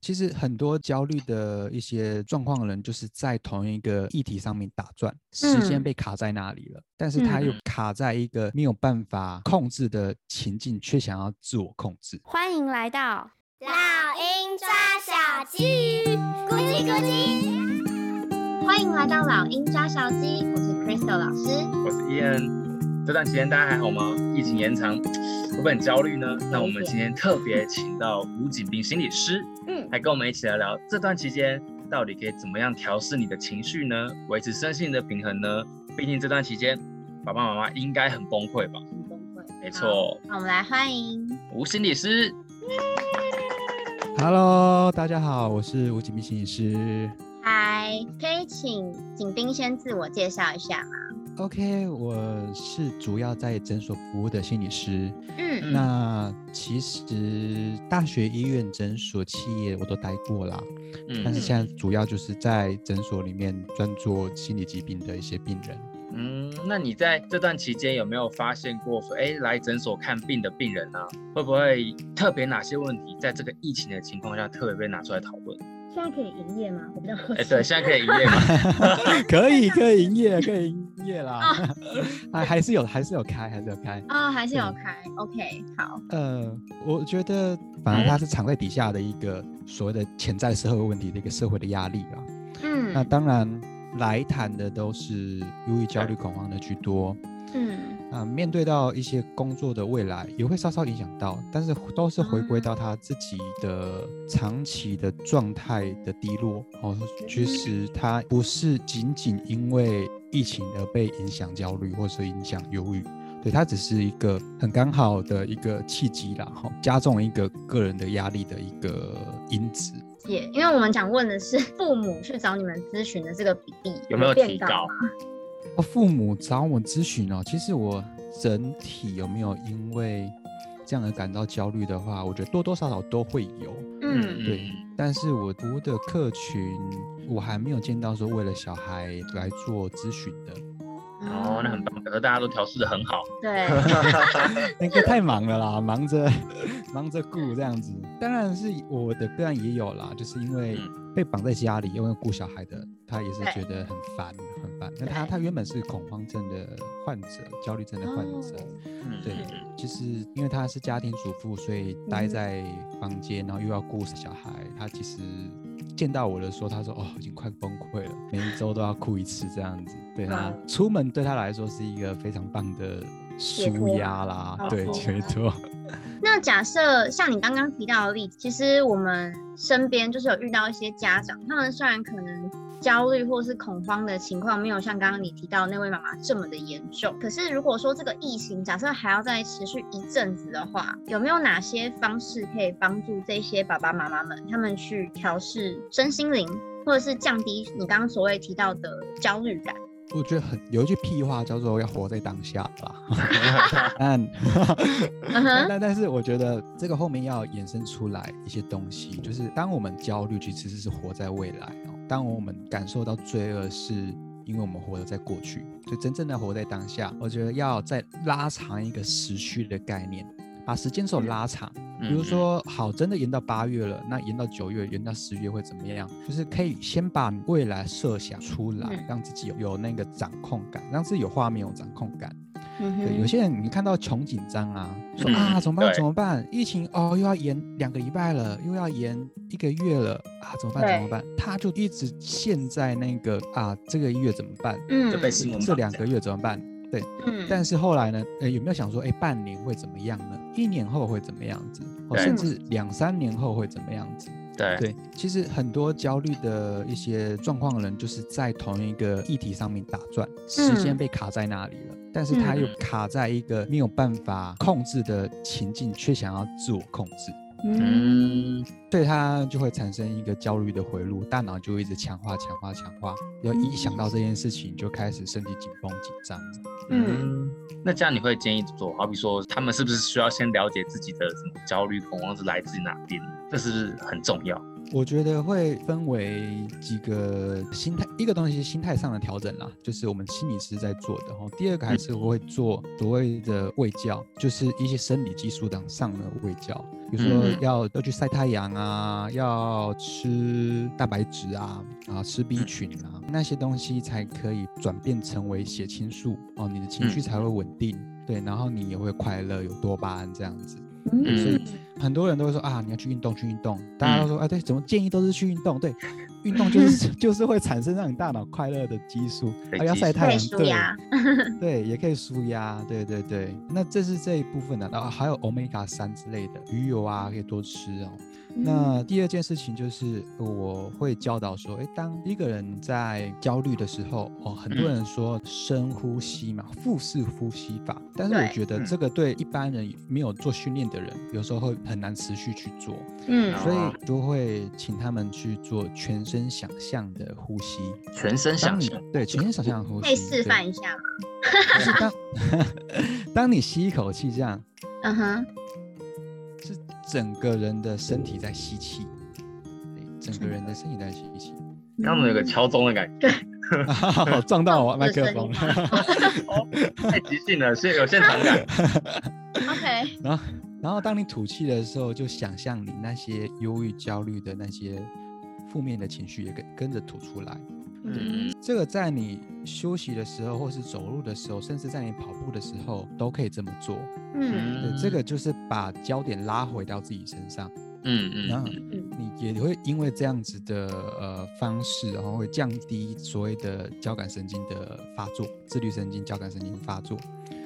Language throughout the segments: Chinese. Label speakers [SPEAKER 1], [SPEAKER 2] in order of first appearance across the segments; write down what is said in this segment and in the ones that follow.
[SPEAKER 1] 其实很多焦虑的一些状况的人，就是在同一个议题上面打转，时间
[SPEAKER 2] 嗯
[SPEAKER 1] 被卡在那里了，但是他又
[SPEAKER 3] 嗯
[SPEAKER 1] 卡在一个没有办法控制的情境，却想要自我控制。
[SPEAKER 2] 欢迎来到
[SPEAKER 4] 老鹰抓小鸡，咕叽咕叽。
[SPEAKER 5] 欢迎来到老鹰抓小鸡，我是 Crystal 老师。
[SPEAKER 3] 我是 Ian。这段期间大家还好吗？疫情延长，会不会很焦虑呢？那我们今天特别请到吴景斌心理师，
[SPEAKER 4] 嗯
[SPEAKER 3] 来跟我们一起聊聊这段期间到底可以怎么样调试你的情绪呢？维持身心的平衡呢？毕竟这段期间爸爸妈妈应该很崩溃吧？
[SPEAKER 5] 很崩溃
[SPEAKER 3] 没错，
[SPEAKER 5] 那我们来欢迎。
[SPEAKER 3] 吴心理师，
[SPEAKER 1] Hello，大家好，我是吴景斌心理师。
[SPEAKER 5] 嗨，可以请景斌先自我介绍一下吗？
[SPEAKER 1] OK，我是主要在诊所服务的心理师。
[SPEAKER 5] 嗯
[SPEAKER 3] 嗯
[SPEAKER 1] 那其实大学、医院、诊所、企业我都待过啦，但是
[SPEAKER 3] 嗯
[SPEAKER 1] 现在主要就是在诊所里面专做心理疾病的一些病人。
[SPEAKER 3] 嗯，那你在这段期间有没有发现过说，哎，来诊所看病的病人呢、会不会特别哪些问题在这个疫情的情况下特别被拿出来讨论？
[SPEAKER 4] 现在可以营业吗？我不知道。
[SPEAKER 3] 哎，对，现在可以营业吗？
[SPEAKER 1] 可以，可以营业，可以营业啦， 还还是有，还是有开，还是有开。
[SPEAKER 5] 哦，还是有开。OK，好。
[SPEAKER 1] 呃，我觉得反而它是藏在底下的一个所谓的潜在社会问题的一个社会的压力啊。那
[SPEAKER 5] 嗯
[SPEAKER 1] 当然，来谈的都是忧郁、焦虑、恐慌的居多。
[SPEAKER 5] 嗯
[SPEAKER 1] 啊、面对到一些工作的未来，也会稍稍影响到，但是都是回归
[SPEAKER 5] 嗯
[SPEAKER 1] 到他自己的长期的状态的低落。哦，其实他不是仅仅因为疫情而被影响焦虑或是影响忧郁，对他只是一个很刚好的一个契机啦，哈、加重一个个人的压力的一个因子。
[SPEAKER 5] 也，因为我们想问的是， 父母去找你们咨询的这个比例
[SPEAKER 3] 有没有提
[SPEAKER 5] 变
[SPEAKER 3] 高
[SPEAKER 5] 高？？
[SPEAKER 1] 哦，父母找我咨询哦，其实我整体有没有因为这样而感到焦虑的话，我觉得多多少少都会有。
[SPEAKER 5] 嗯
[SPEAKER 1] 对，但是我服务的客群，我还没有见到说为了小孩来做咨询的，
[SPEAKER 3] 哦，那很棒，可是大家都调试的很好。
[SPEAKER 5] 嗯对，
[SPEAKER 1] 那个太忙了啦，忙着忙着顾这样子。当然是我的个案也有啦，就是因为
[SPEAKER 5] 嗯
[SPEAKER 1] 被绑在家里，因为顾小孩的，他也是觉得很烦很烦。那他
[SPEAKER 5] 对
[SPEAKER 1] 他原本是恐慌症的患者，焦虑症的患者。
[SPEAKER 5] 哦
[SPEAKER 3] 嗯
[SPEAKER 1] 对，就是因为她是家庭主妇，所以待在房间，然后又要顾小孩。她其实见到我的时候，她说：“哦，已经快崩溃了，每一周都要哭一次这样子。”对她出门对她来说是一个非常棒的舒
[SPEAKER 5] 脱
[SPEAKER 1] 压啦
[SPEAKER 4] 好，
[SPEAKER 1] 对，
[SPEAKER 4] 舒
[SPEAKER 1] 解脱。
[SPEAKER 5] 那假设像你刚刚提到的例子，其实我们身边就是有遇到一些家长，他们虽然可能焦虑或是恐慌的情况没有像刚刚你提到那位妈妈这么的严重，可是如果说这个疫情假设还要再持续一阵子的话，有没有哪些方式可以帮助这些爸爸妈妈们他们去调试身心灵，或者是降低你刚刚所谓提到的焦虑感？
[SPEAKER 1] 我觉得很有一句屁话叫做“要活在当下”啦。 但
[SPEAKER 5] 嗯
[SPEAKER 3] 啊
[SPEAKER 1] 但
[SPEAKER 5] 哼，
[SPEAKER 1] 但但是我觉得这个后面要衍生出来一些东西，就是当我们焦虑，其实是活在未来哦；当我们感受到罪恶，是因为我们活在过去。所以真正的活在当下，我觉得要再拉长一个时序的概念，把时间轴拉长。
[SPEAKER 3] 嗯
[SPEAKER 1] 比如，说，好，真的延到八月了，那延到九月，延到十月会怎么样？就是可以先把未来设想出来
[SPEAKER 5] 嗯，
[SPEAKER 1] 让自己有有那个掌控感，让自己有画面、有掌控感。
[SPEAKER 5] 嗯
[SPEAKER 1] 对，有些人你看到穷紧张啊，说
[SPEAKER 3] 嗯
[SPEAKER 1] 啊怎么办
[SPEAKER 3] 对
[SPEAKER 1] 怎么办？疫情哦又要延两个礼拜了，又要延一个月了啊怎么办
[SPEAKER 5] 对
[SPEAKER 1] 怎么办？他就一直陷在那个啊这个月怎么办？
[SPEAKER 3] 就被新闻
[SPEAKER 1] 这
[SPEAKER 3] 绑
[SPEAKER 1] 两
[SPEAKER 3] 架
[SPEAKER 1] 个月怎么办？
[SPEAKER 5] 嗯
[SPEAKER 1] 但是后来呢，呃有没有想说，哎半年会怎么样呢？一年后会怎么样子？哦、
[SPEAKER 3] 对
[SPEAKER 1] 甚至两三年后会怎么样子？
[SPEAKER 3] 对，
[SPEAKER 1] 对，其实很多焦虑的一些状况的人，就是在同一个议题上面打转，时间
[SPEAKER 5] 嗯
[SPEAKER 1] 被卡在那里了，但是他又
[SPEAKER 3] 嗯
[SPEAKER 1] 卡在一个没有办法控制的情境，却想要自我控制，
[SPEAKER 3] 嗯，
[SPEAKER 1] 对他就会产生一个焦虑的回路，大脑就一直强化、强化、强化，然后一想到这件事情就开始身体紧绷、紧张。
[SPEAKER 3] 嗯，那这样你会建议做，好比说他们是不是需要先了解自己的什么焦虑、恐慌是来自于哪边？这是不是很重要。
[SPEAKER 1] 我觉得会分为几个心态，一个东西是心态上的调整啦，就是我们心理师在做的哦。第二个还是会做所谓的卫教，就是一些生理激素等上的卫教，比如说
[SPEAKER 3] 嗯
[SPEAKER 1] 要要去晒太阳啊，要吃蛋白质啊，啊吃 B 群啊，
[SPEAKER 3] 嗯
[SPEAKER 1] 那些东西才可以转变成为血清素哦，你的情绪
[SPEAKER 3] 嗯
[SPEAKER 1] 才会稳定，对，然后你也会快乐，有多巴胺这样子。
[SPEAKER 3] 所
[SPEAKER 5] 嗯
[SPEAKER 3] 以，
[SPEAKER 1] 很多人都会说啊，你要去运动，去运动。
[SPEAKER 3] 嗯
[SPEAKER 1] 大家都说、啊，对，怎么建议都是去运动？对，运动就是 就是会产生让你大脑快乐的激素，
[SPEAKER 3] 对
[SPEAKER 1] 啊，要
[SPEAKER 3] 激
[SPEAKER 1] 晒
[SPEAKER 3] 素
[SPEAKER 1] 太
[SPEAKER 5] 会
[SPEAKER 1] 阳，
[SPEAKER 5] 舒
[SPEAKER 1] 对
[SPEAKER 5] 压，
[SPEAKER 1] 对，也可以舒压，对对对。那这是这一部分的、然后还有 omega 三之类的鱼油啊，可以多吃哦。
[SPEAKER 5] 嗯
[SPEAKER 1] 那第二件事情就是，呃我会教导说，诶，当一个人在焦虑的时候，哦，很多
[SPEAKER 3] 嗯
[SPEAKER 1] 人说深呼吸嘛，腹式呼吸法，但是我
[SPEAKER 5] 对
[SPEAKER 1] 觉得
[SPEAKER 3] 嗯
[SPEAKER 1] 这个对一般人没有做训练的人，有时候会很难持续去做，
[SPEAKER 5] 嗯
[SPEAKER 3] 好
[SPEAKER 1] 所
[SPEAKER 3] 哦
[SPEAKER 1] 以就会请他们去做全身想象的呼吸。
[SPEAKER 3] 全身
[SPEAKER 1] 当
[SPEAKER 3] 想
[SPEAKER 1] 你
[SPEAKER 3] 象，
[SPEAKER 1] 对全身想象的呼吸，
[SPEAKER 5] 可以示
[SPEAKER 1] 对
[SPEAKER 5] 范一下吗？
[SPEAKER 1] 就是当 当你吸一口气，这样
[SPEAKER 5] 嗯哼，
[SPEAKER 1] 是整个人的身体在吸气，对整个人的身体在吸气。
[SPEAKER 3] 让我有个敲钟的感觉，
[SPEAKER 1] 撞到我
[SPEAKER 5] 这
[SPEAKER 1] 麦克
[SPEAKER 5] 声
[SPEAKER 1] 风
[SPEAKER 5] 音
[SPEAKER 1] 了。
[SPEAKER 3] 太即兴了，现有现场感。
[SPEAKER 5] OK，
[SPEAKER 1] 然后，然后当你吐气的时候，就想象你那些忧郁、焦虑的那些负面的情绪也跟跟着吐出来。
[SPEAKER 3] 嗯，
[SPEAKER 1] 这个在你休息的时候，或是走路的时候，甚至在你跑步的时候，都可以这么做。
[SPEAKER 5] 嗯
[SPEAKER 1] 对，这个就是把焦点拉回到自己身上。
[SPEAKER 3] 嗯嗯
[SPEAKER 1] 然后
[SPEAKER 3] 嗯
[SPEAKER 5] 嗯
[SPEAKER 1] 你也会因为这样子的呃方式，然后会降低所谓的交感神经的发作，自律神经、交感神经发作，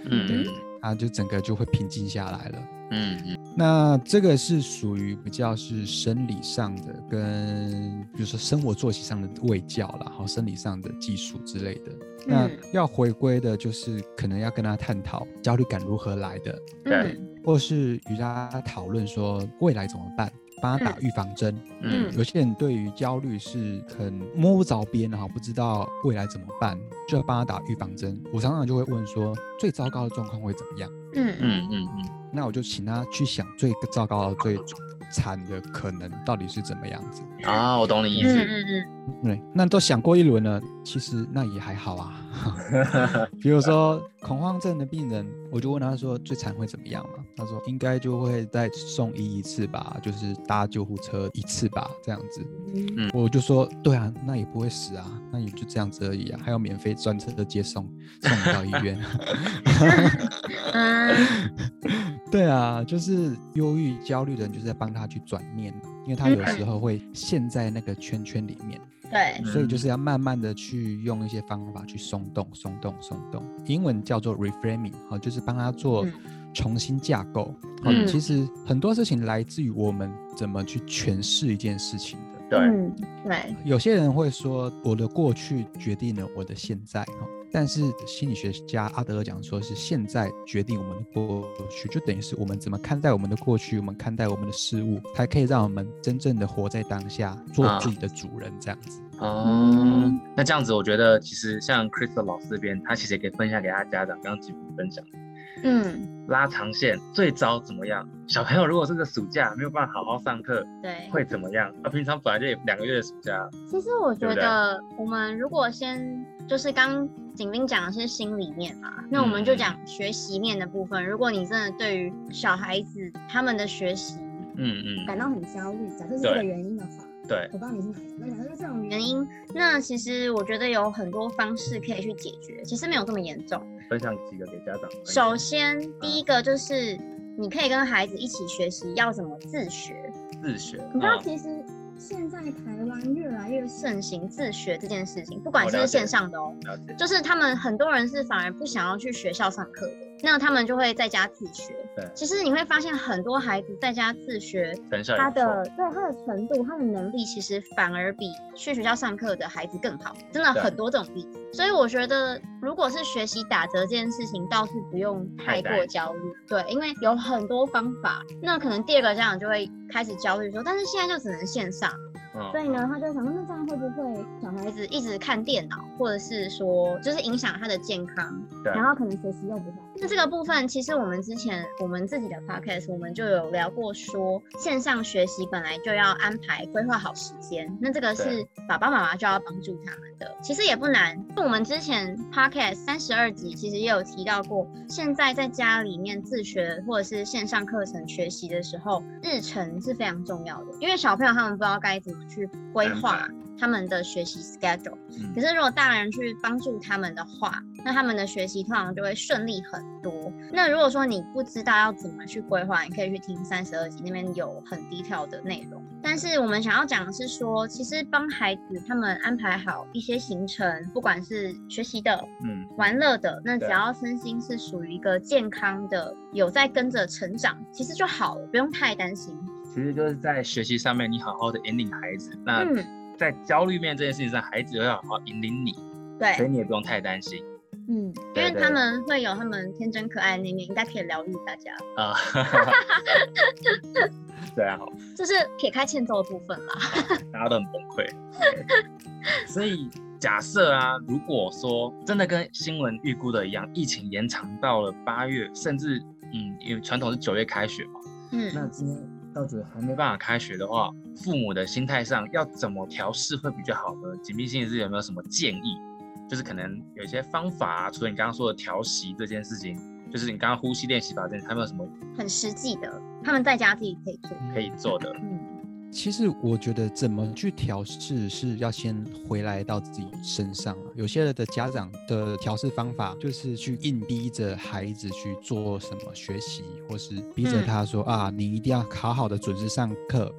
[SPEAKER 3] 嗯
[SPEAKER 1] 啊，就整个就会平静下来了。
[SPEAKER 3] 嗯嗯
[SPEAKER 1] 那这个是属于比较是生理上的，跟比如说生活作息上的卫教啦，然后生理上的技术之类的。那
[SPEAKER 5] 嗯
[SPEAKER 1] 要回归的就是可能要跟他探讨焦虑感如何来的，
[SPEAKER 3] 对
[SPEAKER 5] 嗯
[SPEAKER 1] 或是与他讨论说未来怎么办，帮他打预防针。
[SPEAKER 3] 嗯
[SPEAKER 1] 有些人对于焦虑是很摸不着边的哈，不知道未来怎么办，就要帮他打预防针。我常常就会问说，最糟糕的状况会怎么样？
[SPEAKER 5] 嗯
[SPEAKER 3] 嗯嗯嗯，
[SPEAKER 1] 那我就请他去想最糟糕的、最惨的可能到底是怎么样子。
[SPEAKER 3] 啊，我懂你意
[SPEAKER 5] 嗯
[SPEAKER 3] 思。
[SPEAKER 5] 嗯
[SPEAKER 1] 对，那都想过一轮了，其实那也还好啊。 比如说恐慌症的病人，我就问他说最惨会怎么样嘛？他说应该就会再送医一次吧，就是搭救护车一次吧，这样子。
[SPEAKER 5] 嗯，
[SPEAKER 1] 我就说，对啊，那也不会死啊，那也就这样子而已啊，还有免费专车接送，送你到医院。
[SPEAKER 5] 嗯
[SPEAKER 1] 对啊，就是忧郁、焦虑的人，就是在帮他去转念嘛，因为他有时候会陷在那个圈圈里面，
[SPEAKER 5] 对，
[SPEAKER 1] 所以就是要慢慢的去用一些方法去松动、松动、松动。英文叫做 reframing，好，就是帮他做
[SPEAKER 5] 嗯
[SPEAKER 1] 重新架构。好，
[SPEAKER 3] 嗯
[SPEAKER 1] 其实很多事情来自于我们怎么去诠释一件事情的。
[SPEAKER 3] 对，
[SPEAKER 5] 嗯对，
[SPEAKER 1] 有些人会说，我的过去决定了我的现在哈，但是心理学家阿德勒讲说是现在决定我们的过去，就等于是我们怎么看待我们的过去，我们看待我们的事物，才可以让我们真正的活在当下，做
[SPEAKER 3] 啊
[SPEAKER 1] 自己的主人这样子。
[SPEAKER 3] 哦，那这样子，我觉得其实像 Crystal 老师这边，他其实也可以分享给他家长，刚刚几分分享
[SPEAKER 5] 嗯
[SPEAKER 3] 拉长线最糟怎么样？小朋友如果这个暑假没有办法好好上课，
[SPEAKER 5] 对。
[SPEAKER 3] 会怎么样？他、平常本来就有两个月的暑假，
[SPEAKER 5] 其实我觉
[SPEAKER 3] 对不对
[SPEAKER 5] 得，我们如果先就是刚景斌讲的是心里面嘛，那我们就
[SPEAKER 3] 嗯
[SPEAKER 5] 讲学习面的部分。如果你真的对于小孩子他们的学习
[SPEAKER 3] 嗯嗯，
[SPEAKER 2] 感到很焦虑，假设是这个
[SPEAKER 3] 对
[SPEAKER 2] 原因的话，
[SPEAKER 3] 对，
[SPEAKER 2] 我不知道你是哪一个。那假设是这种原
[SPEAKER 5] 原因，那其实我觉得有很多方式可以去解决，其实没有这么严重。
[SPEAKER 3] 分享几个给家长。
[SPEAKER 5] 首先，
[SPEAKER 2] 嗯
[SPEAKER 5] 第一个就是你可以跟孩子一起学习要怎么自学，嗯
[SPEAKER 3] 自学，
[SPEAKER 2] 你知道，
[SPEAKER 3] 啊
[SPEAKER 2] 其实现在台湾越来越盛，
[SPEAKER 5] 盛行自学这件事情，不管
[SPEAKER 3] 我
[SPEAKER 5] 是
[SPEAKER 3] 了
[SPEAKER 5] 不是
[SPEAKER 3] 解
[SPEAKER 5] 线上的哦，
[SPEAKER 3] 了解，
[SPEAKER 5] 就是他们很多人是反而不想要去学校上课的，那他们就会在家自学
[SPEAKER 3] 对。
[SPEAKER 5] 其实你会发现很多孩子在家自学，
[SPEAKER 3] 成效也
[SPEAKER 5] 他
[SPEAKER 3] 不错
[SPEAKER 5] 的对他的程度、他的能力，其实反而比去学校上课的孩子更好，真的
[SPEAKER 3] 对
[SPEAKER 5] 很多这种例子。所以我觉得，如果是学习打折这件事情，倒是不用太
[SPEAKER 3] 太担
[SPEAKER 5] 过
[SPEAKER 3] 心
[SPEAKER 5] 焦虑，对，因为有很多方法。那可能第二个家长就会开始焦虑说，但是现在就只能线上，
[SPEAKER 3] 嗯，
[SPEAKER 5] 所以呢，他就想说，那这样会不会小孩子一直看电脑，或者是说就是影响他的健康，
[SPEAKER 3] 对
[SPEAKER 5] 然后可能学习又不好。那这个部分，其实我们之前我们自己的 podcast 我们就有聊过说，线上学习本来就要安排规划好时间，那这个是
[SPEAKER 3] 对
[SPEAKER 5] 爸爸妈妈就要帮助他们的，其实也不难。我们之前 podcast 三十二集其实也有提到过，现在在家里面自学或者是线上课程学习的时候，日程是非常重要的，因为小朋友他们不知道该怎么去规划
[SPEAKER 3] 安
[SPEAKER 5] 他们的学习 schedule。
[SPEAKER 3] 嗯
[SPEAKER 5] 可是如果大人去帮助他们的话，那他们的学习通常就会顺利很多。那如果说你不知道要怎么去规划，你可以去听三十二集那边有很低调的内容。但是我们想要讲的是说，其实帮孩子他们安排好一些行程，不管是学习的、
[SPEAKER 3] 嗯，
[SPEAKER 5] 玩乐的，那只
[SPEAKER 3] 对
[SPEAKER 5] 要身心是属于一个健康的，有在跟着成长，其实就好了，不用太担心。
[SPEAKER 3] 其实就是在学习上面，你好好的引领孩子。那
[SPEAKER 5] 嗯，
[SPEAKER 3] 在焦虑面这件事情上，孩子会好好引领你，所以
[SPEAKER 5] 对，
[SPEAKER 3] 你也不用太担心
[SPEAKER 5] 嗯，因
[SPEAKER 3] 对
[SPEAKER 5] 为
[SPEAKER 3] 对
[SPEAKER 5] 他们会有他们天真可爱的那面，应该可以疗愈大家。
[SPEAKER 3] 啊。对啊，
[SPEAKER 5] 就是撇开欠揍的部分啦。
[SPEAKER 3] 大家都很崩溃。对所以假设啊，如果说真的跟新闻预估的一样，疫情延长到了八月，甚至嗯，因为传统是九月开学嘛，那
[SPEAKER 5] 嗯，
[SPEAKER 3] 今天到九月还没办法开学的话，父母的心态上要怎么调试会比较好呢？紧密心理师有没有什么建议？就是可能有一些方法、啊，除了你刚刚说的调息这件事情，就是你刚刚呼吸练习法这件事，还有没有什么
[SPEAKER 5] 很实际的，他们在家自己可以做。
[SPEAKER 3] 可以做的？
[SPEAKER 5] 嗯，
[SPEAKER 1] 其实我觉得怎么去调试是要先回来到自己身上啊。有些人的家长的调试方法就是去硬逼着孩子去做什么学习，或是逼
[SPEAKER 5] 嗯
[SPEAKER 1] 着他说、啊，你一定要好好的准时上课。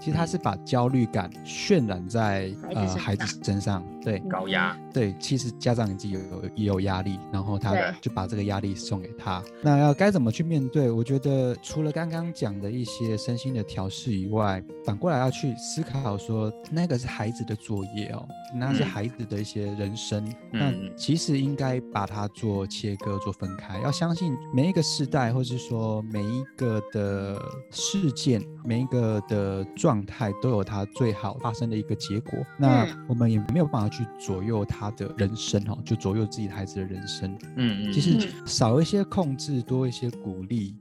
[SPEAKER 1] 其实他是把焦虑感渲染在
[SPEAKER 5] 孩子
[SPEAKER 1] 呃
[SPEAKER 5] 身
[SPEAKER 1] 孩子身上，对
[SPEAKER 5] 嗯
[SPEAKER 3] 高压，
[SPEAKER 1] 对，其实家长已经有也有压力，然后他
[SPEAKER 5] 对
[SPEAKER 1] 就把这个压力送给他。那要该怎么去面对？我觉得除了刚刚讲的一些身心的调试以外，反过来要去思考说，那个是孩子的作业哦，那是
[SPEAKER 3] 嗯
[SPEAKER 1] 孩子的一些人生。
[SPEAKER 3] 嗯
[SPEAKER 1] 那其实应该把它做切割、做分开。要相信每一个世代，或是说每一个的事件、每一个的状态，都有它最好发生的一个结果。那
[SPEAKER 5] 嗯
[SPEAKER 1] 我们也没有办法去左右他的人生哦，就左右自己孩子的人生。
[SPEAKER 3] 嗯嗯，
[SPEAKER 1] 其实
[SPEAKER 5] 嗯
[SPEAKER 1] 少一些控制，多一些鼓励，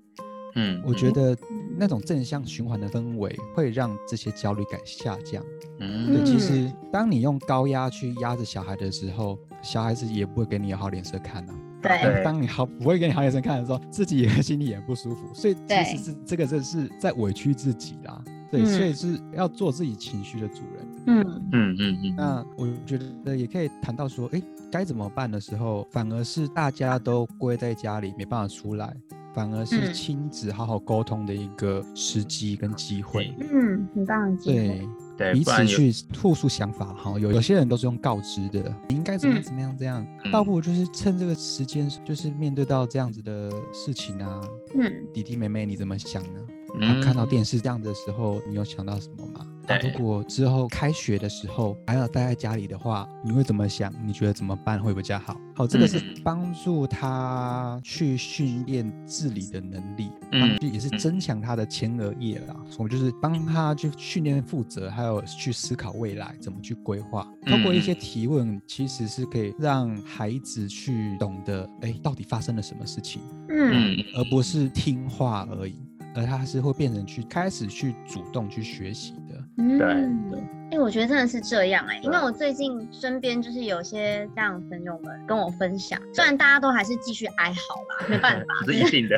[SPEAKER 3] 嗯，
[SPEAKER 1] 我觉得那种正向循环的氛围会让这些焦虑感下降。
[SPEAKER 3] 嗯，
[SPEAKER 1] 对，
[SPEAKER 3] 嗯
[SPEAKER 1] 其实当你用高压去压着小孩的时候，小孩子也不会给你有好脸色看呐、
[SPEAKER 5] 对，
[SPEAKER 1] 当当你好不会给你好眼神看的时候，自己也心里也不舒服，所以
[SPEAKER 5] 对
[SPEAKER 1] 其实是这个这是在委屈自己啦。对，
[SPEAKER 5] 嗯
[SPEAKER 1] 所以是要做自己情绪的主人。
[SPEAKER 5] 嗯，
[SPEAKER 3] 嗯嗯嗯，
[SPEAKER 1] 那我觉得也可以谈到说，诶，该怎么办的时候，反而是大家都归在家里没办法出来，反而是
[SPEAKER 5] 嗯
[SPEAKER 1] 亲子好好沟通的一个时机跟机会。
[SPEAKER 5] 嗯，很棒的机会。
[SPEAKER 1] 对，
[SPEAKER 3] 对，
[SPEAKER 1] 彼
[SPEAKER 3] 哎不然
[SPEAKER 1] 此
[SPEAKER 3] 有
[SPEAKER 1] 去互诉想法。哈，有有些人都是用告知的，你应该怎么样
[SPEAKER 5] 嗯
[SPEAKER 1] 怎么样这样，
[SPEAKER 3] 嗯
[SPEAKER 1] 倒不如就是趁这个时间，就是面对到这样子的事情啊，
[SPEAKER 5] 嗯，
[SPEAKER 1] 弟弟妹妹你怎么想呢？啊
[SPEAKER 3] 嗯
[SPEAKER 1] 看到电视这样的时候，你有想到什么吗？那
[SPEAKER 3] 对
[SPEAKER 1] 如果之后开学的时候还要待在家里的话，你会怎么想？你觉得怎么办会比较好？好，这个是
[SPEAKER 3] 嗯
[SPEAKER 1] 帮助他去训练自理的能力，
[SPEAKER 3] 嗯
[SPEAKER 1] 帮助也是增强他的前额叶啦。我们就是帮他去训练负责，还有去思考未来怎么去规划。通过一些
[SPEAKER 3] 嗯
[SPEAKER 1] 提问，其实是可以让孩子去懂得，哎，到底发生了什么事情。
[SPEAKER 5] 嗯，
[SPEAKER 3] 嗯
[SPEAKER 1] 而不是听话而已，而他是会变成去开始去主动去学习的。
[SPEAKER 5] 嗯，
[SPEAKER 3] 对对
[SPEAKER 5] 哎、我觉得真的是这样哎、因为
[SPEAKER 3] 对啊
[SPEAKER 5] 我最近身边就是有些这样的朋友们跟我分享，虽然大家都还是继续哀嚎啦， 没办法，
[SPEAKER 3] 是一 定的，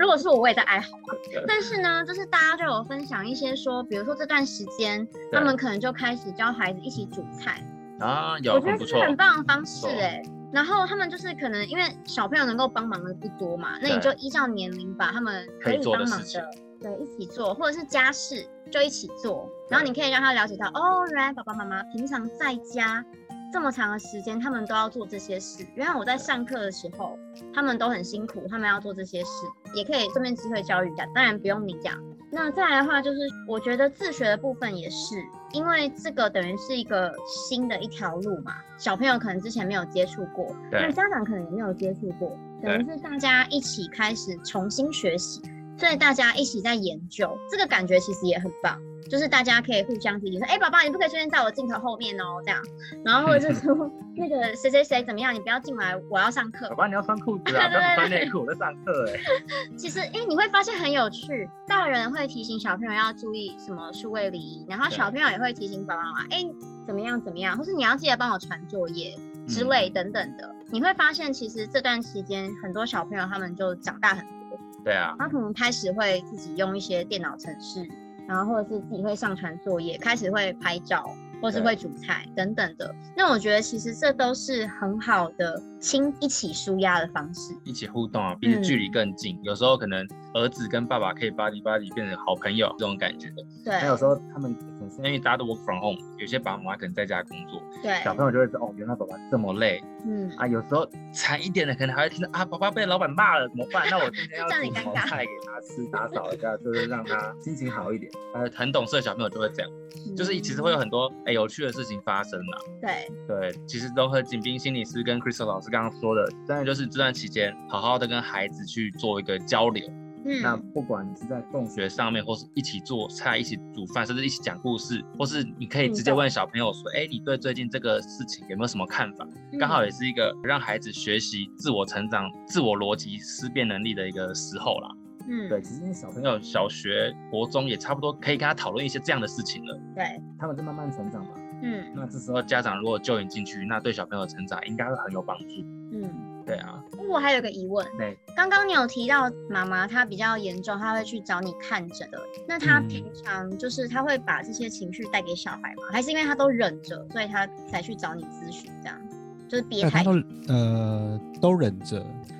[SPEAKER 5] 如果是我，我也在哀嚎啊
[SPEAKER 3] 对。
[SPEAKER 5] 但是呢，就是大家就有分享一些说，比如说这段时间，他
[SPEAKER 3] 对
[SPEAKER 5] 们可能就开始教孩子一起煮菜，
[SPEAKER 3] 啊，有
[SPEAKER 5] 我觉
[SPEAKER 3] 很
[SPEAKER 5] 得
[SPEAKER 3] 不
[SPEAKER 5] 这
[SPEAKER 3] 错嗯
[SPEAKER 5] 是，很棒的方式
[SPEAKER 3] 不错
[SPEAKER 5] 哎、然后他们就是可能因为小朋友能够帮忙的不多嘛，那你就
[SPEAKER 3] 对
[SPEAKER 5] 依照年龄把他们
[SPEAKER 3] 可以
[SPEAKER 5] 以
[SPEAKER 3] 做的
[SPEAKER 5] 帮忙
[SPEAKER 3] 事情
[SPEAKER 5] 的，对，一起做，或者是家事就一起做，然后你可以让他了解到，哦，原来爸爸妈妈平常在家这么长的时间，他们都要做这些事。原来我在上课的时候，他们都很辛苦，他们要做这些事，也可以顺便机会教育一下。当然不用你讲。那再来的话，就是我觉得自学的部分也是，因为这个等于是一个新的一条路嘛，小朋友可能之前没有接触过，那
[SPEAKER 3] 对
[SPEAKER 5] 家长可能也没有接触过，等于是大家一起开始重新学习，所以大家一起在研究，这个感觉其实也很棒。就是大家可以互相提醒说，哎、爸爸，你不可以出现在我镜头后面哦，这样。然后或者是说 那个谁谁谁怎么样，你不要进来，我要上课
[SPEAKER 3] 爸。爸你要穿裤 子啊，不要只穿内裤，我在上课哎。
[SPEAKER 5] 其实，哎、你会发现很有趣，大人会提醒小朋友要注意什么数位礼仪，然后
[SPEAKER 3] 对
[SPEAKER 5] 小朋友也会提醒爸爸妈妈，哎、怎么样怎么样，或是你要记得帮我传作业
[SPEAKER 3] 嗯
[SPEAKER 5] 之类等等的。你会发现，其实这段期间很多小朋友他们就长大很多，
[SPEAKER 3] 对啊，
[SPEAKER 5] 他可能开始会自己用一些电脑程式，然后或者是自己会上传作业，开始会拍照，或是
[SPEAKER 3] 对
[SPEAKER 5] 会煮菜等等的。那我觉得其实这都是很好的亲一起舒压的方式。
[SPEAKER 3] 一起互动啊，
[SPEAKER 5] 嗯
[SPEAKER 3] 彼此距离更近。有时候可能儿子跟爸爸可以巴迪巴迪变成好朋友这种感觉的。
[SPEAKER 5] 对
[SPEAKER 3] 那有时候他们可能是因为大家都 work from home，有些爸爸妈妈可能在家工作，
[SPEAKER 5] 对，
[SPEAKER 3] 小朋友就会知道哦，原来爸爸这么累
[SPEAKER 5] 嗯，
[SPEAKER 3] 啊。有时候惨一点的，可能还会听到啊，爸爸被老板骂了，怎么办？那我今天要
[SPEAKER 5] 这样很
[SPEAKER 3] 煮什么
[SPEAKER 5] 尴尬
[SPEAKER 3] 菜给他吃，打扫一下，就是让他心情好一点。呃，很懂事的小朋友就会这样，就是其实会有很多哎、有趣的事情发生啊啦。
[SPEAKER 5] 对，
[SPEAKER 3] 对，其实都和景斌心理师跟 Crystal 老师刚刚说的，当然就是这段期间好好的跟孩子去做一个交流。那
[SPEAKER 5] 嗯，
[SPEAKER 3] 不管你是在共学上面，或是一起做菜、一起煮饭，甚至一起讲故事，或是你
[SPEAKER 6] 嗯
[SPEAKER 3] 可以直接问小朋友说：“哎，你对最近这个事情有没有什么看法？”
[SPEAKER 6] 嗯
[SPEAKER 3] 刚好也是一个让孩子学习自我成长、自我逻辑思辨能力的一个时候啦。
[SPEAKER 5] 嗯，
[SPEAKER 6] 对，其实因为小朋
[SPEAKER 3] 朋
[SPEAKER 6] 友
[SPEAKER 3] 友小学、国中也差不多可以跟他讨论一些这样的事情了。
[SPEAKER 5] 嗯对，
[SPEAKER 6] 他们在慢慢成长嘛，
[SPEAKER 5] 嗯
[SPEAKER 6] 那这时
[SPEAKER 3] 然
[SPEAKER 6] 候
[SPEAKER 3] 后家长如果就引进去，那对小朋友的成长应该会很有帮助。
[SPEAKER 5] 嗯。
[SPEAKER 3] 对啊，
[SPEAKER 5] 我还有个疑问，
[SPEAKER 3] 对，
[SPEAKER 5] 刚刚你有提到妈妈她比较严重，她会去找你看诊的。那她
[SPEAKER 1] 嗯
[SPEAKER 5] 平常就是她会把这些情绪带给小孩吗？还是因为她都忍着，所以她才去找你咨询这样？就是憋
[SPEAKER 1] 但
[SPEAKER 5] 太
[SPEAKER 1] 他
[SPEAKER 5] 久
[SPEAKER 1] 都。呃都忍着，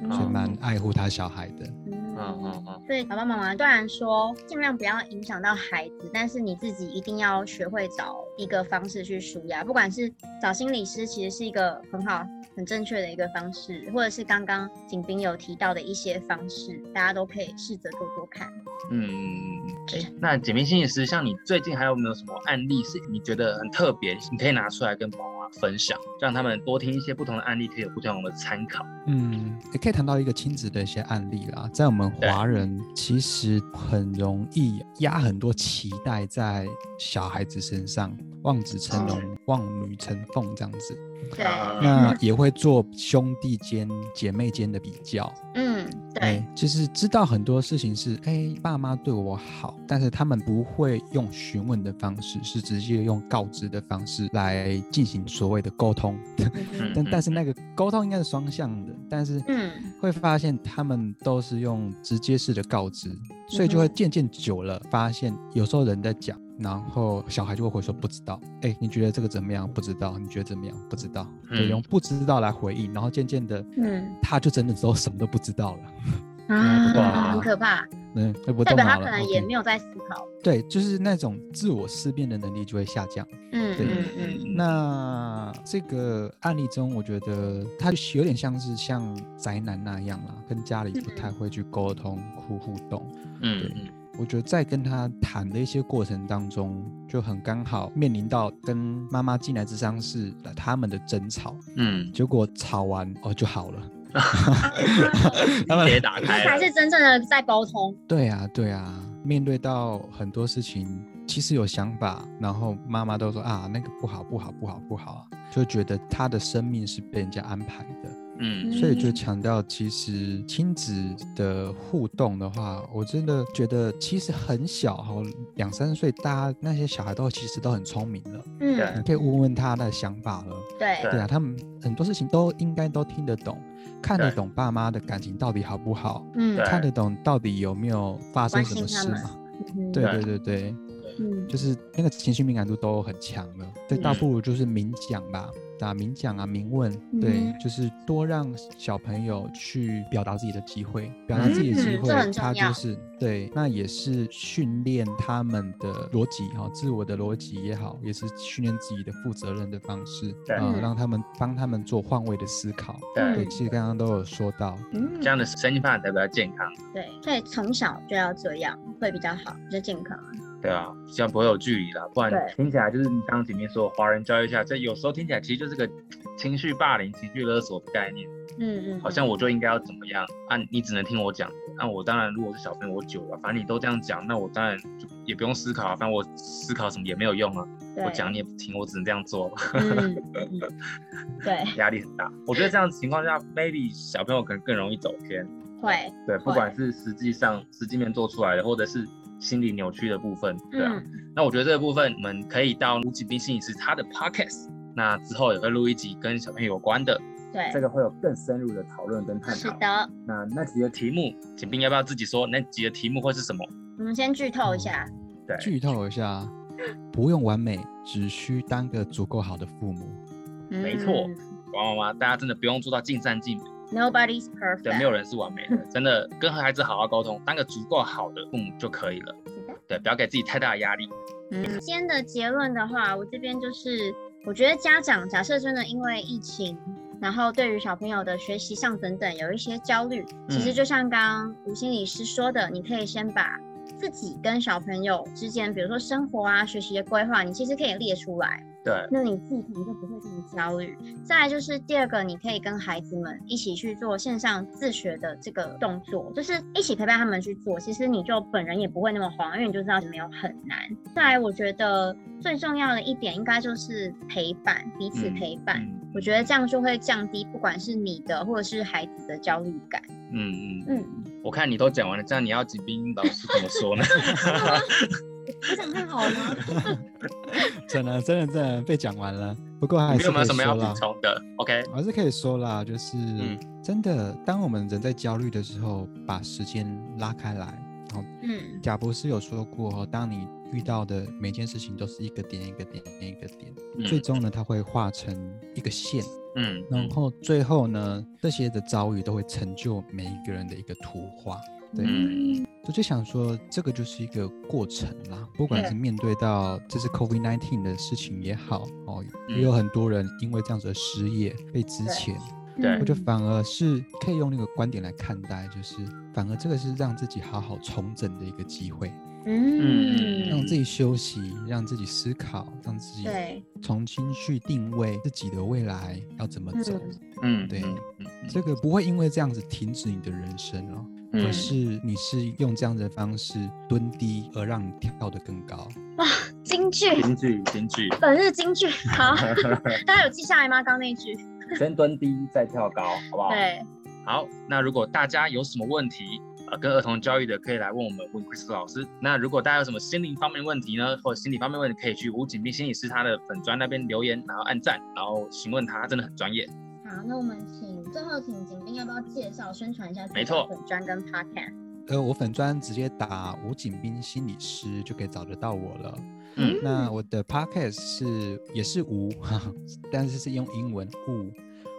[SPEAKER 1] 所以
[SPEAKER 3] 嗯
[SPEAKER 1] 蛮爱护他小孩的。
[SPEAKER 5] 嗯
[SPEAKER 3] 嗯嗯嗯，
[SPEAKER 5] 所以爸爸妈妈当然说尽量不要影响到孩子，但是你自己一定要学会找一个方式去舒压，不管是找心理师，其实是一个很好、很正确的一个方式，或者是刚刚景斌有提到的一些方式，大家都可以试着做做看。
[SPEAKER 3] 嗯嗯嗯嗯，哎、那简明心理师，像你最近还有没有什么案例是你觉得很特别，你可以拿出来跟爸妈分享，让他们多听一些不同的案例，可以有不同的参考。
[SPEAKER 1] 嗯，也可以谈到一个亲子的一些案例啦。在我们华人，其实很容易压很多期待在小孩子身上，望子成龙、望女成凤这样子。
[SPEAKER 5] 对，
[SPEAKER 1] 那也会做兄弟间、姐妹间的比较。
[SPEAKER 5] 嗯，对，
[SPEAKER 1] 哎就是知道很多事情是，哎，爸妈对我好，但是他们不会用询问的方式，是直接用告知的方式来进行所谓的沟通。
[SPEAKER 3] 嗯
[SPEAKER 1] 但但是那个沟通应该是双向的，但是
[SPEAKER 5] 嗯
[SPEAKER 1] 会发现他们都是用直接式的告知，所以就会
[SPEAKER 5] 嗯哼
[SPEAKER 1] 渐渐久了，发现有时候人在讲，然后小孩就会回说不知道，哎，你觉得这个怎么样？不知道，你觉得怎么样？不知道，对，
[SPEAKER 3] 嗯
[SPEAKER 1] 用不知道来回应，然后渐渐的，
[SPEAKER 5] 嗯
[SPEAKER 1] 他就真的都什么都不知道了，
[SPEAKER 3] 不懂
[SPEAKER 5] 啊，
[SPEAKER 3] 啊
[SPEAKER 5] 很可怕，
[SPEAKER 1] 嗯，那不
[SPEAKER 5] 代
[SPEAKER 1] 动
[SPEAKER 5] 表他
[SPEAKER 1] 脑
[SPEAKER 5] 可
[SPEAKER 1] 了
[SPEAKER 5] 能也
[SPEAKER 1] ，OK，
[SPEAKER 5] 没有在思考。
[SPEAKER 1] 对，就是那种自我思辨的能力就会下降。
[SPEAKER 5] 嗯
[SPEAKER 1] 对
[SPEAKER 5] 嗯 嗯，
[SPEAKER 1] 那这个案例中，我觉得他有点像是像宅男那样啦，跟家里不
[SPEAKER 5] 嗯
[SPEAKER 1] 太会去沟通、互互动。
[SPEAKER 3] 嗯
[SPEAKER 1] 对
[SPEAKER 3] 嗯
[SPEAKER 1] 我觉得在跟他谈的一些过程当中，就很刚好面临到跟妈妈进来智商室他们的争吵，
[SPEAKER 3] 嗯，
[SPEAKER 1] 结果吵完哦就好了。
[SPEAKER 3] 他们也打
[SPEAKER 5] 这
[SPEAKER 3] 开
[SPEAKER 5] 才
[SPEAKER 3] 了，
[SPEAKER 5] 嗯是真正的在沟通。
[SPEAKER 1] 对啊，对啊，面对到很多事情，其实有想法，然后妈妈都说啊那个不好不好不好不好啊，就觉得他的生命是被人家安排的。
[SPEAKER 3] 嗯
[SPEAKER 1] 所以就强调，其实亲子的互动的话，我真的觉得其实很小哈，两三岁，大家那些小孩都其实都很聪明了，
[SPEAKER 5] 嗯，
[SPEAKER 1] 你可以问问他的想法了。
[SPEAKER 5] 对
[SPEAKER 1] 对啊，他们很多事情都应该都听得懂，看得
[SPEAKER 3] 对
[SPEAKER 1] 懂爸妈的感情到底好不好，
[SPEAKER 5] 嗯
[SPEAKER 3] 对
[SPEAKER 1] 看得懂到底有没有发生
[SPEAKER 5] 关
[SPEAKER 1] 什么
[SPEAKER 5] 心他
[SPEAKER 1] 事
[SPEAKER 5] 们
[SPEAKER 1] 嘛。
[SPEAKER 5] 嗯
[SPEAKER 1] 对
[SPEAKER 3] 对
[SPEAKER 1] 对对对，
[SPEAKER 5] 嗯
[SPEAKER 1] 就是那个情绪敏感度都很强了，对，倒
[SPEAKER 3] 嗯
[SPEAKER 1] 不如就是明讲吧，啊，明讲啊，明问，对，
[SPEAKER 5] 嗯
[SPEAKER 1] 就是多让小朋友去表达自己的机会，表达自己的机
[SPEAKER 5] 嗯
[SPEAKER 1] 会
[SPEAKER 5] 这，很重
[SPEAKER 1] 他就
[SPEAKER 5] 要
[SPEAKER 1] 是对，那也是训练他们的逻辑哈、自我的逻辑也好，也是训练自己的负责任的方式，
[SPEAKER 3] 对嗯
[SPEAKER 1] 啊、
[SPEAKER 5] 嗯
[SPEAKER 1] 让他们帮他们做换位的思考，对，
[SPEAKER 3] 对，
[SPEAKER 1] 其实刚刚都有说到，
[SPEAKER 5] 嗯
[SPEAKER 3] 这样的身心发展才比较健康，
[SPEAKER 5] 对，所以从小就要这样，会比较好，比较健康。
[SPEAKER 3] 对啊，比较不会有距离啦，不然
[SPEAKER 5] 对
[SPEAKER 3] 听起来就是你刚刚前面说华人教育下，这有时候听起来其实就是个情绪霸凌、情绪勒索的概念。
[SPEAKER 5] 嗯嗯，
[SPEAKER 3] 好像我就应该要怎么样啊？你只能听我讲的，那我当然如果是小朋友，我久了，反正你都这样讲，那我当然就也不用思考啊，反正我思考什么也没有用啊，
[SPEAKER 5] 对，
[SPEAKER 3] 我讲你也不听，我只能这样做，
[SPEAKER 5] 嗯，嗯对，
[SPEAKER 3] 压力很大。我觉得这样的情况下，maybe 小朋友可能更容易走偏，
[SPEAKER 5] 会，
[SPEAKER 3] 对，不
[SPEAKER 5] 会
[SPEAKER 3] 管是实际上实际面做出来的，或者是心理扭曲的部分，对啊。
[SPEAKER 5] 嗯，
[SPEAKER 3] 那我觉得这个部分我们可以到吴景斌心理师他的 podcast，那之后也会录一集跟小朋友有关的，
[SPEAKER 5] 对
[SPEAKER 3] 这，个会有更深入的讨论跟探
[SPEAKER 5] 是
[SPEAKER 3] 讨。
[SPEAKER 5] 的，
[SPEAKER 3] 那那集的题目，景斌要不要自己说那集的题目会是什么？
[SPEAKER 5] 我们先剧透一下，
[SPEAKER 3] 对，
[SPEAKER 1] 剧透一下，不用完美，只需当个足够好的父母。
[SPEAKER 3] 没错
[SPEAKER 5] 嗯
[SPEAKER 3] 爸爸妈妈，大家真的不用做到尽善尽美，
[SPEAKER 5] ，Nobody's
[SPEAKER 3] 对，
[SPEAKER 5] perfect，
[SPEAKER 3] 没有人是完美的，真的跟孩子好好沟通，当个足够好的父母就可以了。对，不要给自己太大的压力。
[SPEAKER 5] 嗯，今天的结论的话，我这边就是，我觉得家长假设真的因为疫情，然后对于小朋友的学习上等等有一些焦虑，其实
[SPEAKER 3] 嗯
[SPEAKER 5] 就像刚刚吴心理师说的，你可以先把自己跟小朋友之间，比如说生活啊、学习的规划，你其实可以列出来，
[SPEAKER 3] 对，
[SPEAKER 5] 那你自己可能就不会这么焦虑。再来就是第二个，你可以跟孩子们一起去做线上自学的这个动作，就是一起陪伴他们去做。其实你就本人也不会那么慌，因为你就知道没有很难。再来，我觉得最重要的一点应该就是陪伴，彼此
[SPEAKER 3] 嗯
[SPEAKER 5] 陪伴。
[SPEAKER 3] 嗯
[SPEAKER 5] 我觉得这样就会降低不管是你的或者是孩子的焦虑感。
[SPEAKER 3] 嗯嗯，
[SPEAKER 5] 嗯，
[SPEAKER 3] 我看你都讲完了，这样你要景斌老师怎么说呢？
[SPEAKER 2] 我想看好吗？
[SPEAKER 1] 真的，真的，真的被讲完了。不过还
[SPEAKER 3] 你
[SPEAKER 1] 是
[SPEAKER 3] 有没
[SPEAKER 1] 可
[SPEAKER 3] 有
[SPEAKER 1] 以
[SPEAKER 3] 什么要
[SPEAKER 1] 说
[SPEAKER 3] 补
[SPEAKER 1] 啦
[SPEAKER 3] 充嗯的？OK，
[SPEAKER 1] 我还是可以说啦，就是、真的，当我们人在焦虑的时候，把时间拉开来。哦，
[SPEAKER 5] 嗯，
[SPEAKER 1] 贾博士有说过哦，当你遇到的每件事情都是一个点一个点一个点，最
[SPEAKER 3] 嗯
[SPEAKER 1] 终呢，它会化成一个线，
[SPEAKER 3] 嗯
[SPEAKER 1] 然
[SPEAKER 3] 嗯
[SPEAKER 1] 后最后呢，这些的遭遇都会成就每一个人的一个图画。对，
[SPEAKER 3] 嗯
[SPEAKER 1] 我就想说，这个就是一个过程啦。不管是面对到这次 COVID 1 9的事情也好，哦，也有很多人因为这样子而失业、被支遣，
[SPEAKER 3] 对
[SPEAKER 1] 我觉得反而是可以用那个观点来看待，就是反而这个是让自己好好重整的一个机会，
[SPEAKER 5] 嗯
[SPEAKER 1] 让自己休息，让自己思考，让自己
[SPEAKER 5] 对，
[SPEAKER 1] 重新去定位自己的未来要怎么走。
[SPEAKER 3] 嗯，
[SPEAKER 1] 对
[SPEAKER 3] 嗯嗯嗯
[SPEAKER 1] 这个不会因为这样子停止你的人生哦。
[SPEAKER 3] 嗯
[SPEAKER 1] 而是你是用这样的方式蹲低，而让你跳得更高。
[SPEAKER 5] 京剧，
[SPEAKER 3] 京剧，京剧，
[SPEAKER 5] 本日京 剧，好，大家有记下来吗？刚刚那句，
[SPEAKER 3] 先蹲低再跳高，好不好？
[SPEAKER 5] 对。
[SPEAKER 3] 好，那如果大家有什么问题，呃，跟儿童教育的可以来问我们，问 Chris 老师。那如果大家有什么心灵方面的问题呢，或者心理方面的问题，可以去吴景斌心理师他的粉砖那边留言，然后按赞，然后询问他，他真的很专业。
[SPEAKER 5] 好，那我们请最后请景斌要不要介绍宣传一下？
[SPEAKER 3] 没错
[SPEAKER 5] 粉专跟 podcast。
[SPEAKER 1] 呃，我粉专直接打吴景斌心理师就可以找得到我了。
[SPEAKER 3] 嗯
[SPEAKER 1] 那我的 podcast 是也是吴， 哈哈但是是用英文吴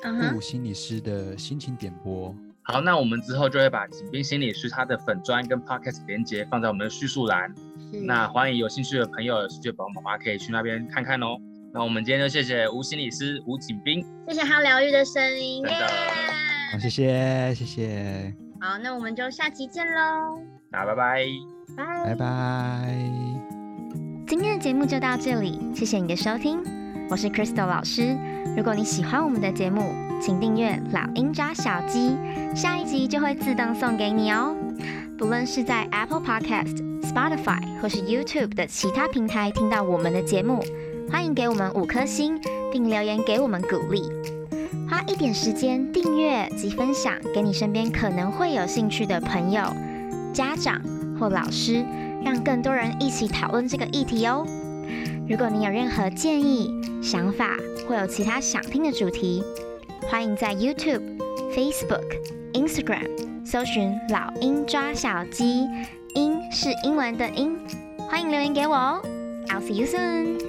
[SPEAKER 5] 嗯哼
[SPEAKER 1] 吴心理师的心情点播。
[SPEAKER 3] 好，那我们之后就会把景斌心理师他的粉砖跟 podcast 连接放在我们的叙述栏，
[SPEAKER 5] 是
[SPEAKER 3] 嗯那欢迎有兴趣的朋友、有兴趣的宝宝妈妈可以去那边看看哦。那我们今天就谢谢吴心理师吴景斌，
[SPEAKER 5] 谢谢他疗愈的声音。
[SPEAKER 3] 真的
[SPEAKER 1] 好，谢谢，谢谢，
[SPEAKER 5] 好，那我们就下期见喽，
[SPEAKER 3] 那拜拜。
[SPEAKER 5] 拜
[SPEAKER 1] 拜拜。
[SPEAKER 6] 今天的节目就到这里，谢谢你的收听，我是 Crystal 老师。如果你喜欢我们的节目，请订阅《老鹰抓小鸡》，下一集就会自动送给你哦。不论是在 Apple Podcast、Spotify 或是 YouTube 的其他平台听到我们的节目，欢迎给我们五颗星，并留言给我们鼓励。花一点时间订阅及分享给你身边可能会有兴趣的朋友、家长或老师。让更多人一起讨论这个议题哦。如果你有任何建议、想法，或有其他想听的主题，欢迎在 YouTube、Facebook、Instagram 搜寻“老鹰抓小鸡”，鹰是英文的鹰，欢迎留言给我哦。I'll see you soon.